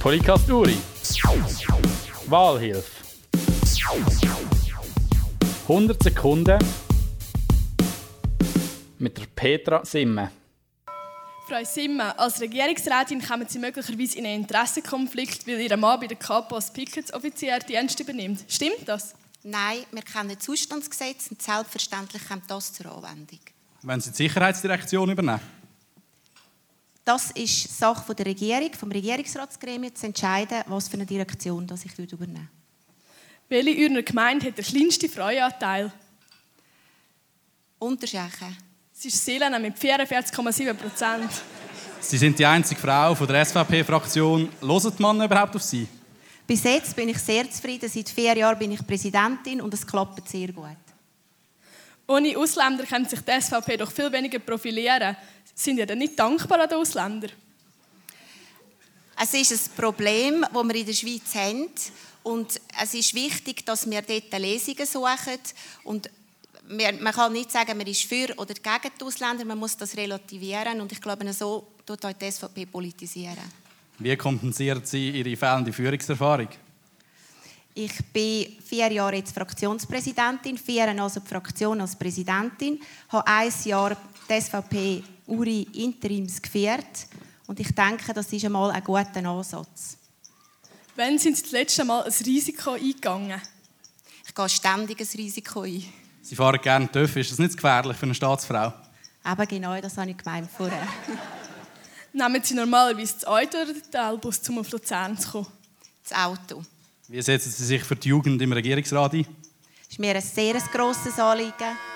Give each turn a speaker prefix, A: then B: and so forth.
A: Podcast Uri. Wahlhilfe. 100 Sekunden mit der Petra Simme.
B: Frau Simmer, als Regierungsrätin kommen Sie möglicherweise in einen Interessenkonflikt, weil Ihr Mann bei der Kapo als Pickets-Offizier Dienst übernimmt. Stimmt das?
C: Nein, wir kennen das Zustandsgesetz und selbstverständlich kommt das zur Anwendung.
D: Wenn Sie die Sicherheitsdirektion übernehmen?
C: Das ist Sache von der Regierung, vom Regierungsratsgremium zu entscheiden, was für eine Direktion das ich übernehmen würde.
B: Welche Ihrer Gemeinde hat den kleinsten Freuanteil?
C: Unterschächen.
B: Es ist Selena mit 44,7 Prozent.
D: Sie sind die einzige Frau von der SVP-Fraktion. Hören die Männer überhaupt auf Sie?
C: Bis jetzt bin ich sehr zufrieden. Seit vier Jahren bin ich Präsidentin und es klappt sehr gut.
B: Ohne Ausländer kann sich die SVP doch viel weniger profilieren. Sind ihr denn nicht dankbar an die Ausländer?
C: Es ist ein Problem, das wir in der Schweiz haben. Und es ist wichtig, dass wir dort Lesungen suchen. Und wir, man kann nicht sagen, man ist für oder gegen die Ausländer. Man muss das relativieren. Und ich glaube, so tut auch die SVP politisieren.
D: Wie kompensiert Sie Ihre fehlende Führungserfahrung?
C: Ich bin vier Jahre jetzt Fraktionspräsidentin, vier Jahre also die Fraktion als Präsidentin, habe ein Jahr die SVP Uri Interims geführt und ich denke, das ist einmal ein guter Ansatz.
B: Wann sind Sie das letzte Mal ein Risiko eingegangen?
C: Ich gehe ständig ein Risiko ein.
D: Sie fahren gerne TÜV. Ist das nicht zu gefährlich für eine Staatsfrau?
C: Aber genau das habe ich gemeint vorher.
B: Nehmen Sie normalerweise das Auto oder den Teilbus, um auf Luzern zu kommen?
C: Das Auto
D: Wie setzen Sie sich für die Jugend im Regierungsrat ein?
C: ist mir ein sehr grosses Anliegen.